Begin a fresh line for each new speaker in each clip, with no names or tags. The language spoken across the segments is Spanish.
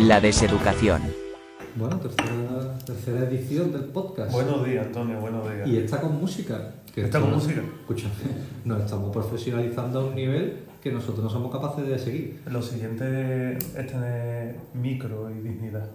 La deseducación.
Bueno, tercera, tercera edición del podcast.
Buenos días, Antonio, buenos días.
Y está con música. que
Está con
esto-
música.
Escucha, nos estamos profesionalizando a un nivel que nosotros no somos capaces de seguir.
Lo siguiente es tener micro y dignidad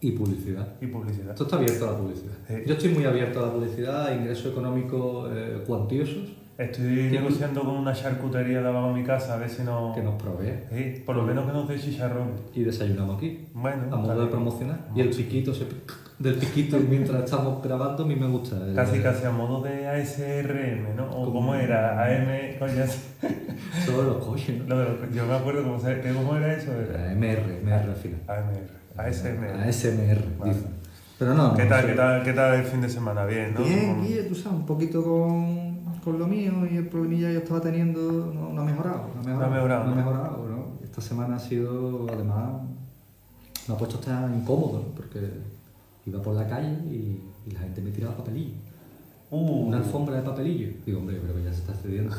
Y publicidad.
y publicidad.
Esto está abierto a la publicidad.
Sí.
Yo estoy muy abierto a la publicidad, a ingresos económicos eh, cuantiosos
Estoy negociando con una charcutería de abajo de mi casa a ver si no...
que nos provee.
Sí, por lo menos que nos dé chicharrón.
Y desayunamos aquí,
Bueno,
a
está
modo de
bien.
promocionar. Y el piquito, ese pic del piquito mientras estamos grabando, a mí me gusta. El-
casi casi a modo de ASRM, ¿no? O
Como-
cómo era, AM, coño,
Sobre los coches, ¿no?
lo de los- yo me acuerdo cómo, se- que cómo era eso, era
Era MR, MR al final.
AMR, ASMR.
ASMR,
Vale.
dicen. Pero no,
¿Qué
no
tal,
sé.
qué tal, qué tal el fin de semana? Bien, ¿no?
Bien, bien, tú sabes, un poquito con, con lo mío y el problemilla que yo estaba teniendo no, no ha mejorado. No ha mejorado.
No ha
no
mejorado,
ha
¿no?
mejorado, ¿no? Esta semana ha sido, además, me ha puesto hasta incómodo, ¿no? porque iba por la calle y, y la gente me tiraba papelillo.
Uh,
Una alfombra de papelillo. Digo, hombre, pero que ya se está cediendo.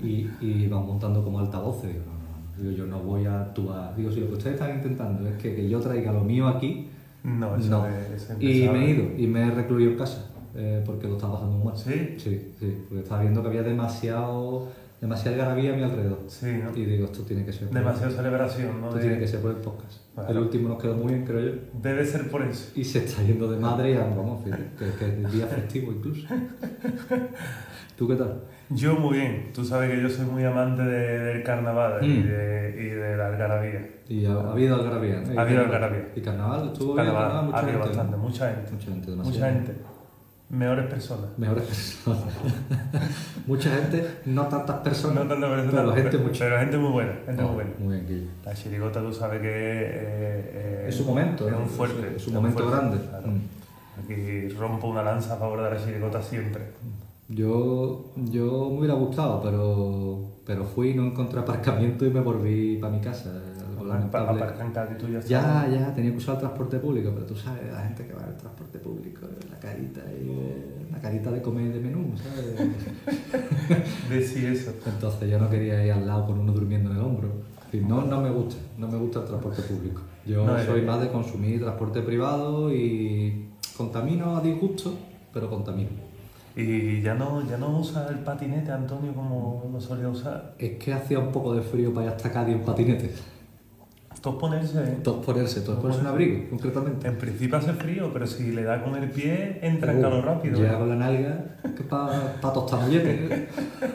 Y, y van montando como altavoces. Digo, no, no, no. Digo, yo no voy a actuar. Digo, si lo que ustedes están intentando es que, que yo traiga lo mío aquí,
no, eso
no.
es- eso es
y
impensable.
me he ido, y me he recluido en casa, eh, porque lo estaba pasando muy mal.
¿Sí?
Sí, sí, porque estaba viendo que había demasiado, demasiada algarabía a mi alrededor.
Sí, ¿no?
Y digo, esto tiene que ser por,
Demasiada celebración, ¿no?
esto
De-
tiene que ser por el podcast.
Vale.
El último nos quedó muy bien, creo yo.
Debe ser por eso.
Y se está yendo de madre y vamos, que, que, que es día festivo incluso. ¿Tú qué tal?
Yo muy bien. Tú sabes que yo soy muy amante de- del carnaval y,
Mm.
de, y de la algarabía.
Y ha, ha habido algarabía, ¿no? Y
Ha habido
carnaval.
algarabía.
Y carnaval, estuvo bien, carnaval,
Carnaval,
mucha
ha habido
gente, ¿no?
bastante, mucha gente.
Mucha gente,
Mucha
demasiada
gente. Mejores personas.
Mejores personas. mucha gente, no tantas personas.
No tanto personas,
pero gente mucha.
pero gente muy buena. Gente
Ah,
muy buena.
Muy bien, Guille.
La chirigota, tú sabes que eh, eh,
Es su momento,
es
¿no?
un fuerte.
Es su
un
momento
fuerte,
grande.
claro.
Mm.
Aquí rompo una lanza a favor de la chirigota siempre.
Yo, yo me hubiera gustado, pero, pero fui, no encontré aparcamiento y me volví para mi casa. Algo
Para
lamentable.
aparcar en Cádiz, tú ya sabes.
Ya, ya, tenía que usar el transporte público, pero tú sabes, la gente que va al transporte público, la carita, ahí de- la carita de comer de menú, ¿sabes?
Decir eso.
Entonces yo no quería ir al lado con uno durmiendo en el hombro. En fin, no, no me gusta, no me gusta el transporte público. Yo
No,
soy
eh,
más de consumir transporte privado y contamino a disgusto, pero contamino.
Y ya no, ya no usa el patinete, Antonio, como lo solía usar.
Es que hacía un poco de frío para ir hasta Cádiz en patinete.
Todos ponerse.
Todos ponerse, todos ponerse un abrigo, concretamente.
En principio hace frío, pero si le da con el pie, entra en
Uh,
calor rápido. ¿eh?
Llega con la nalga, que para pa tostar molletes, ¿eh?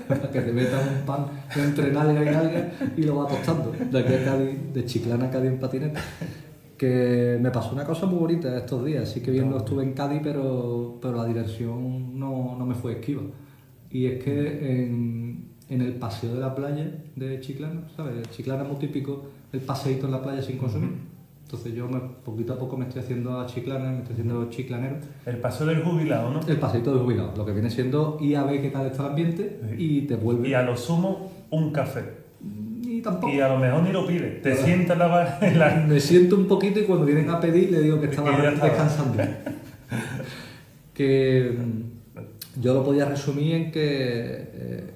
Para que te metas un pan entre nalga y nalga y lo va tostando. De aquí a Cádiz, de Chiclana a Cádiz en patinete. Que me pasó una cosa muy bonita estos días, así que bien no estuve en Cádiz, pero, pero la diversión no, no me fue esquiva. Y es que en, en el paseo de la playa de Chiclana, ¿sabes? Chiclana es muy típico el paseíto en la playa sin consumir. Entonces yo me, poquito a poco me estoy haciendo a Chiclana, me estoy haciendo chiclanero.
El paso del jubilado, ¿no?
El paseito del jubilado, lo que viene siendo ir a ver qué tal está el ambiente y te vuelve.
Y a lo sumo, un café.
Y tampoco.
Y a lo mejor ni lo pide.
Ah.
Te sienta en la, ba- en la-
Me siento un poquito y cuando vienen a pedir le digo que estaba
Y ya estaba.
descansando. que mm, yo lo podía resumir en que eh,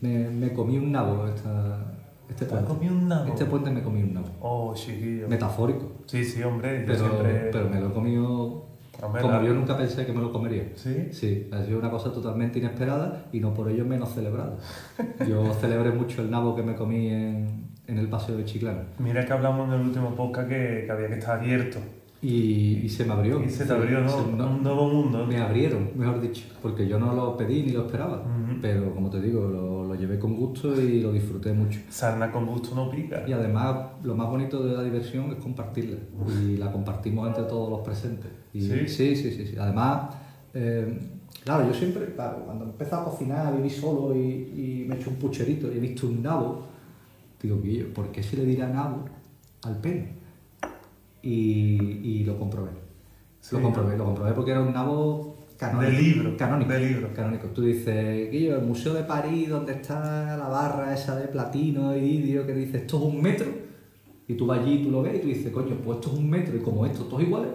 me, me comí un nabo esta, este
¿Te has
puente.
comido un nabo?
Este puente me comí un nabo.
Oh, chiquillo.
Metafórico.
Sí, sí, hombre. Yo
Pero,
siempre...
pero me lo he comido
Hombre,
como
la-
yo nunca pensé que me lo comería.
¿Sí?
Sí, ha sido una cosa totalmente inesperada y no por ello menos celebrada. Yo celebré mucho el nabo que me comí en, en el paseo de Chiclana
Mira que hablamos en el último podcast que, que había que estar abierto.
y, y se me abrió.
Y se te abrió ¿no?
Se- no,
un nuevo mundo.
me abrieron, mejor dicho, porque yo no lo pedí ni lo esperaba.
Ujú.
Pero como te digo, lo, lo llevé con gusto y lo disfruté mucho.
Sarna con gusto no pica.
Y además, lo más bonito de la diversión es compartirla. Y la compartimos entre todos los presentes. Y-
¿Sí?
Sí, sí, sí, sí. Además, eh, claro, yo siempre, claro, cuando empecé a cocinar, a vivir solo y, y me he hecho un pucherito y he visto un nabo, digo, Guillo, ¿por qué se le dirá nabo al pene? Y, y lo comprobé.
Sí,
lo comprobé, lo comprobé porque era un nabo canónico.
De libro,
Canónico.
de libro.
Canónico. Tú dices, Guillo, el Museo de París, donde está la barra esa de platino y vidrio, que dice, esto es un metro. Y tú vas allí y tú lo ves y tú dices, coño, pues esto es un metro y como esto, todos iguales.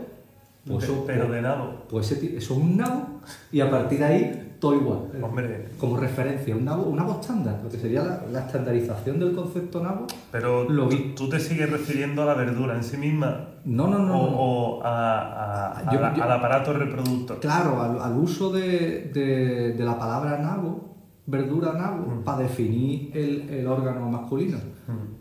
Pues
Pe-
eso,
pero de nabo.
pues ese ti- eso es un nabo y a partir de ahí todo igual. eh,
Hombre.
Como referencia, un nabo, un nabo estándar, lo que sería la, la estandarización del concepto nabo.
Pero
Lo
tú-
vi.
tú te sigues refiriendo a la verdura en sí misma
No, no, no. no.
o, o a- a- a
Yo-
la-
yo-
al aparato reproductor.
Claro, al, al uso de, de- de la palabra nabo, verdura nabo,
Mm.
para definir el, el órgano masculino.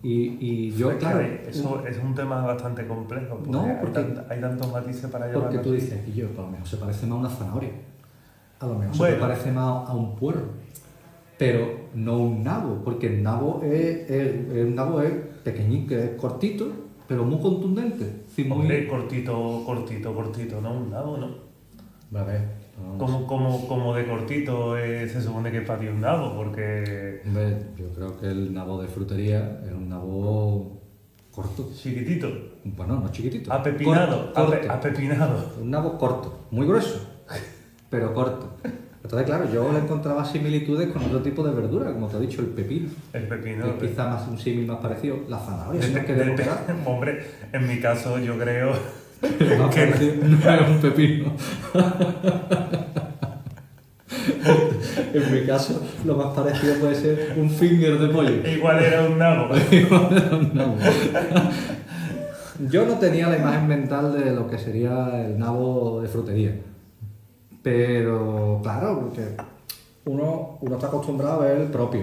Y, y yo,
Es que
claro,
Mm. hay- eso es un tema bastante complejo.
No,
hay
porque-
tant- hay tantos matices para
porque
llevarlo.
tú dices, y yo, a lo mejor se parece más a una zanahoria, a lo mejor se
Bueno.
te parece más a un puerro, pero no un nabo, porque el nabo es, es- el nabo es pequeñito, es cortito, pero muy contundente. sí, muy-
Hombre, cortito, cortito, cortito, ¿no? Un lado, ¿no?
A ver, no,
Como, como, como de cortito eh, se supone que es para ti un lado, porque
hombre, yo creo que el nabo de frutería es un nabo corto.
chiquitito,
Bueno, no chiquitito.
apepinado,
Corto,
ape-
corto.
apepinado.
Un nabo corto, muy grueso, pero corto. Entonces, claro, yo le encontraba similitudes con otro tipo de verdura, como te he dicho, el pepino.
El pepino.
Es quizá más un símil más parecido. La zanahoria,
De-
si nos
de-
queremos
de-
quedar.
hombre, en mi caso yo creo
Pero más
que
parecido no es un pepino. en mi caso, lo más parecido puede ser un finger de pollo.
igual era un nabo.
No. Yo no tenía la imagen mental de lo que sería el nabo de frutería. Pero, claro, porque uno, uno está acostumbrado a ver el propio.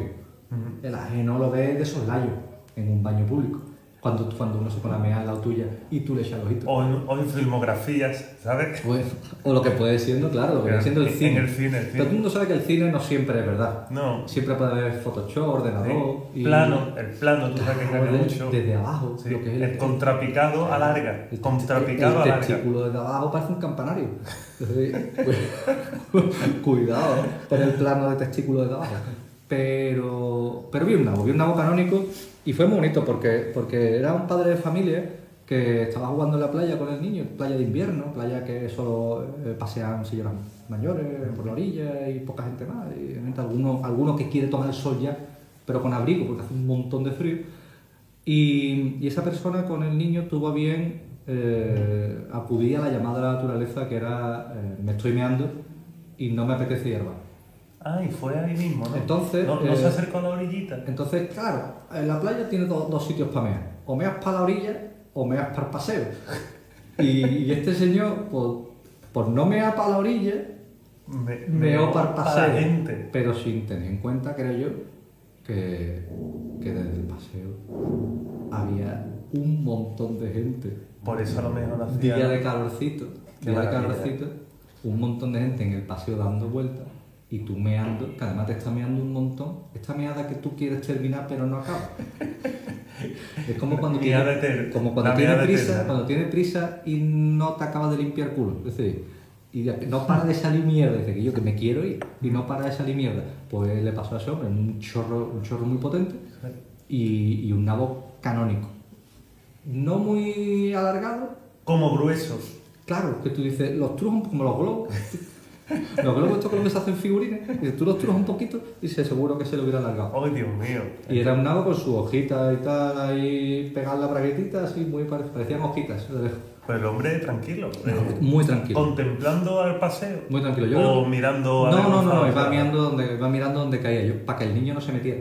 El ajeno lo ve de soslayo en un baño público. Cuando, cuando uno se pone a mear al lado tuya y tú le echas el ojito.
O en, o en filmografías, ¿sabes?
Pues, o lo que puede siendo, claro, lo que viene
Claro,
siendo el
en
cine.
el cine,
Pero
el cine.
todo el mundo sabe que el cine no siempre es verdad.
No.
Siempre puede haber Photoshop, ordenador. y-
Plano, el plano, tú sabes que engaña
Desde-
mucho.
Desde abajo,
Sí,
lo que es este-
el contrapicado a larga.
el-
Contrapicado a
el
larga.
testículo desde abajo parece un campanario. Entonces, cu- Cuidado con el plano de testículo desde abajo. Pero, pero vi un nabo, vi un nabo canónico y fue muy bonito porque, porque era un padre de familia que estaba jugando en la playa con el niño, playa de invierno, playa que solo eh, pasean señoras mayores por la orilla y poca gente más, y realmente alguno, alguno que quiere tomar el sol ya, pero con abrigo porque hace un montón de frío. Y, y esa persona con el niño tuvo a bien eh, acudir a la llamada de la naturaleza que era eh, me estoy meando y no me apetece hierba.
Ay, fue ahí mismo, ¿no?
Entonces,
No, no
eh,
se acercó a la orillita.
Entonces, claro, en la playa tiene do- dos sitios para mear. O meas para la orilla o meas para el paseo. Y, y este señor, por, por no mear para la orilla,
Me,
meó para el
pa'
paseo.
la gente.
Pero sin tener en cuenta, creo yo, que, que desde el paseo había un montón de gente.
Por eso a lo mejor hacía.
Día de calorcito,
Qué
día de
maravilla.
calorcito, un montón de gente en el paseo dando vueltas y tú meando, que además te está meando un montón, esta meada que tú quieres terminar pero no acaba. es como cuando
Meada
tienes,
eterna.
como cuando
La
tienes
meada
prisa,
eterna.
cuando tienes prisa y no te acabas de limpiar el culo, es decir, y de- no para de salir mierda, dice que yo que me quiero ir y no para de salir mierda. Pues le pasó a ese hombre un chorro, un chorro muy potente y, y un nabo canónico. No muy alargado,
Como gruesos.
Claro, que tú dices, los trujas un poco como los globos. los globos estos con los que se hacen figurines. Y dices, tú los trujas un poquito y se seguro que se lo hubiera alargado.
Ay, Dios mío.
Y era un nabo con su hojita y tal, ahí pegar la braguetita, así muy pare- parecían hojitas de lejos.
Pues el hombre tranquilo. eh,
Muy tranquilo.
contemplando al paseo.
Muy tranquilo. Yo
o
creo-
Oh, mirando
no,
a la
no, no, no,
gonzala.
iba mirando donde, iba mirando donde caía yo, para que el niño no se metiera.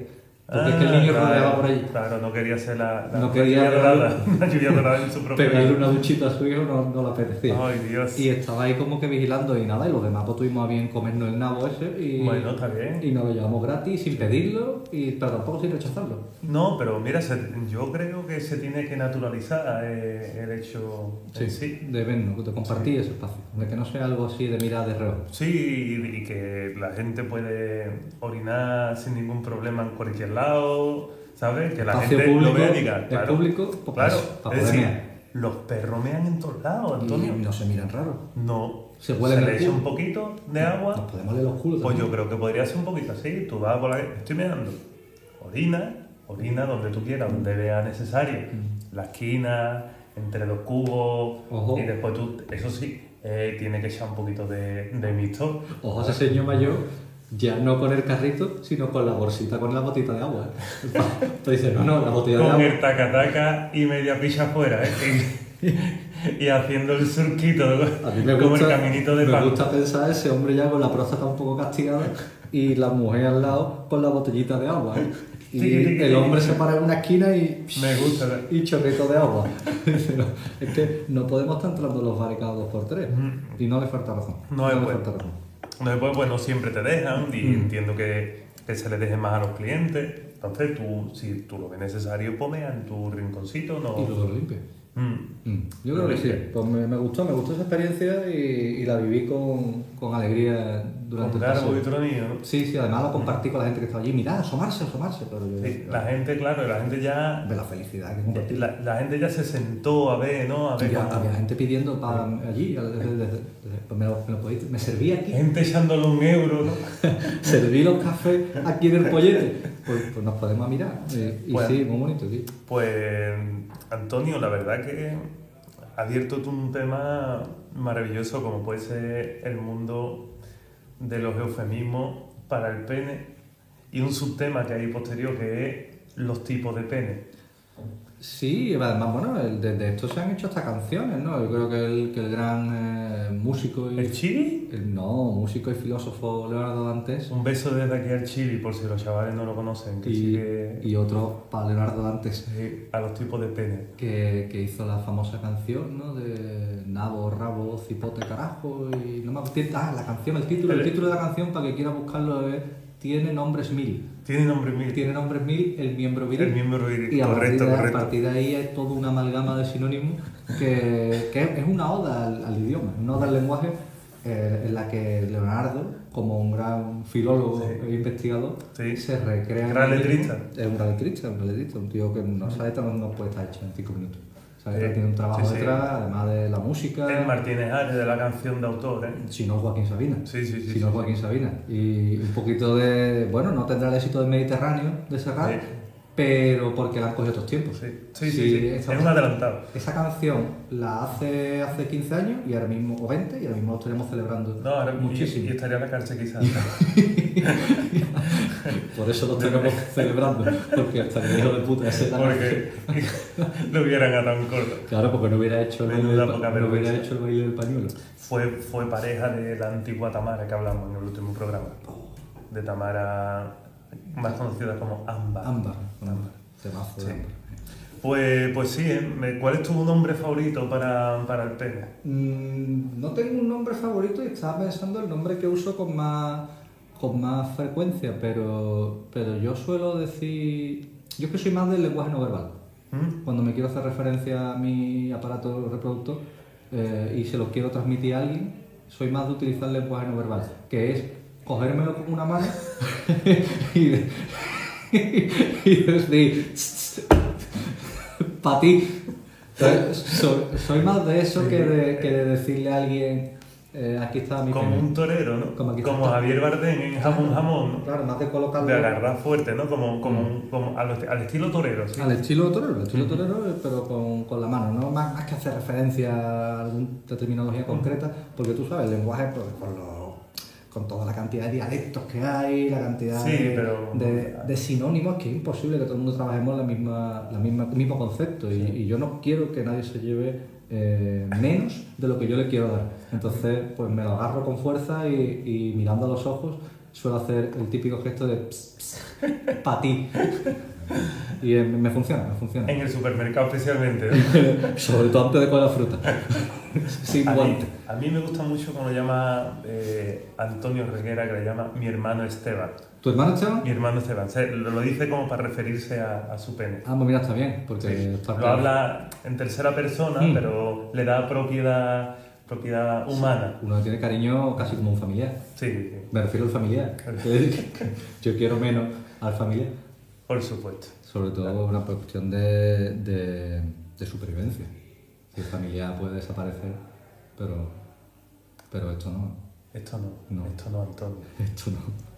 Porque es que
Ah,
el niño
claro,
rodeaba por allí.
Claro, no quería ser la, la-
No
la
quería
lluvia
darle-
dorada. La lluvia dorada en su propio.
Pegarle una duchita a su hijo no, no le apetecía.
Ay, Dios.
Y estaba ahí como que vigilando y nada, y los demás pues, tuvimos a bien comernos el nabo ese y,
Bueno, está bien.
y nos lo llevamos gratis sin pedirlo, y, pero tampoco sin rechazarlo.
No, pero mira, se- yo creo que se tiene que naturalizar eh, el hecho en sí.
De vernos, de compartir ese espacio, de que no sea algo así de mirar de reojo.
Sí, y, y que la gente puede orinar sin ningún problema en cualquier lado, ¿sabes? Que la
Espacio
gente
público,
lo vea y diga,
es
claro.
público, pues,
claro,
para
es
poder
decir,
mear.
los perros mean en todos lados,
Y
Antonio.
no se miran raro.
No,
Se huelen
le
el
echa
culo.
un poquito de agua,
Nos podemos leer los culos.
pues yo
también.
creo que podría ser un poquito así. Tú vas por la estoy meando, orina, orina donde tú quieras, donde veas necesario, la esquina, entre los cubos,
Mm. Ojo.
y después tú, eso sí, eh, tiene que echar un poquito de, de mixto.
Ojo, ese señor mayor, ya no con el carrito, sino con la bolsita, con la botita de agua. Entonces dice, no, no, la botella de
Con
agua.
el taca-taca y media pilla afuera, ¿eh? y haciendo el surquito,
A mí me
como
gusta,
el caminito de
me
pan.
gusta pensar ese hombre ya con la próstata un poco castigada y la mujer al lado con la botellita de agua. ¿eh?
Tiqui, tiqui,
Y
tiqui.
el hombre se para en una esquina y,
Me gusta, ¿eh? ¿verdad?
y chorrito de agua. Pero es que no podemos estar entrando en los bares cada dos por tres. Y no le falta razón.
Mm. No es
le
bueno.
falta razón.
Entonces, pues, pues, no siempre te dejan y
Mm.
entiendo que, que se le deje más a los clientes. Entonces, tú, si tú lo ves necesario, pomea en tu rinconcito, no...
Y luego lo limpia.
Mm.
Mm, Yo creo que sí, pues me, me gustó, me gustó esa experiencia y, y la viví con, con alegría durante
Con
el
garbo y
paseo.
tronillo, ¿no?
Sí, sí, además lo compartí con la gente que estaba allí, mirad, asomarse, asomarse, pero yo-
Sí, La gente, claro, la gente ya...
de la felicidad que compartí.
Eh, La, la gente ya se sentó a ver, ¿no? A ver,
Había,
cuando-
había gente pidiendo para allí, al- desde- desde- desde- pues me, lo, me lo podéis- me serví aquí,
gente echándole un euro, ¿no?
serví los cafés aquí en el pollete, pues, pues nos podemos mirar. eh, Y,
Bueno.
sí, muy bonito, sí.
Pues, Antonio, la verdad que ha abierto tú un tema maravilloso como puede ser el mundo de los eufemismos para el pene y un subtema que hay posterior que es los tipos de pene.
Sí, además, bueno, el- desde esto se han hecho hasta canciones, ¿no? Yo creo que el, que el gran eh, músico y
¿El chili?
El no, músico y filósofo Leonardo Dantes
Un beso desde aquí al chili, por si los chavales no lo conocen, que
y,
sigue
y otro para Leonardo Dantes
sigue a los tipos de pene.
que, que hizo la famosa canción ¿no? de Nabo, Rabo, Cipote, Carajo y no me acuerdo- Ah, la canción, el título, el
El-
título de la canción para que quiera buscarlo es Tiene nombres mil.
Tiene nombre mío.
Tiene nombres mil el miembro viril.
El miembro
Y
viril.
a
Correcto,
partir, de, a
correcto.
partir de ahí es toda una amalgama de sinónimos que, que es una oda al, al idioma, una oda al lenguaje eh, en la que Leonardo, como un gran filólogo e investigador,
Sí.
se recrea. en
Gran
él mismo.
letrista.
Es un gran letrista, un gran letrista, un tío que no sabe no, no puede estar hecho en cinco minutos. O sea, que
Sí.
tiene un trabajo
Sí, sí.
detrás, además de la música.
El Martínez Ares de la canción de autor, ¿eh?
Si no Joaquín Sabina.
Sí, sí, sí,
Si no
sí,
Joaquín Sabina. Y un poquito de. Bueno, no tendrá el éxito del Mediterráneo de Serrat,
Sí.
pero porque la han cogido otros tiempos.
Sí, sí, sí.
Si
sí. Es
esa-
un adelantado.
Esa canción la hace hace 15 años y ahora mismo, o 20, y ahora mismo lo estaremos celebrando
No, ahora y- Y,
muchísimo.
estaría en la cárcel quizás.
Por eso lo estaremos celebrando, porque hasta el hijo de puta ese tal-
porque lo hubieran atado en corto.
Claro, porque no hubiera hecho el baile
Menuda
del, pa-
poca
no hubiera
vergüenza.
hecho el baile del pañuelo.
Fue, fue pareja de la antigua Tamara que hablamos en el último programa. De Tamara, más conocida como Amba.
Ámbar, un ámbar, temazo de
Sí.
ámbar.
Pues, pues sí, ¿eh? Me- ¿cuál es tu nombre favorito para, para el pene?
Mm, no tengo un nombre favorito y estaba pensando el nombre que uso con más, con más frecuencia, pero, pero yo suelo decir... Yo es que soy más del lenguaje no verbal.
¿Mm?
Cuando me quiero hacer referencia a mi aparato reproductor eh, y se lo quiero transmitir a alguien, soy más de utilizar el lenguaje no verbal, que es cogérmelo con una mano y, de- y decir para ti. Entonces, Soy, soy más de eso que de, que de decirle a alguien eh, aquí está mi
Como
pene".
un torero, ¿no?
Como aquí-
Javier Bardem en Jamón Jamón, ¿no?
Claro, más de colocarlo
De agarrar fuerte, ¿no? Como, como, un- como al, al estilo torero, sí.
Al estilo torero, al estilo torero, eh, pero con, con la mano, no más, más que hacer referencia a alguna terminología concreta, porque tú sabes, el lenguaje, pues, con, lo- con toda la cantidad de dialectos que hay, la cantidad
Sí,
de,
pero-
de- de sinónimos, que es imposible que todo el mundo trabajemos la misma, la misma, el mismo concepto, y, y yo no quiero que nadie se lleve eh, menos de lo que yo le quiero dar. Entonces, pues me lo agarro con fuerza y, y mirando a los ojos suelo hacer el típico gesto de para ti. Y eh, me funciona, me funciona.
En el supermercado especialmente, ¿no?
Sobre todo antes de comer la fruta. Sin
A mí,
guante.
a mí me gusta mucho cuando llama eh, Antonio Reguera, que le llama mi hermano Esteban.
¿Tu hermano Esteban?
Mi hermano Esteban. O sea, lo, lo dice como para referirse a, a su pene.
Ah, pues mira, está bien, porque está
Lo
claro.
habla en tercera persona,
Mm.
pero le da propiedad, propiedad humana.
Uno tiene cariño casi como un familiar.
Sí, sí,
Me refiero al familiar. Yo quiero menos al familiar.
por supuesto.
Sobre todo por una cuestión de, de, de supervivencia. El familiar puede desaparecer, pero, pero esto no.
Esto no,
No.
esto no, Antonio.
Esto no.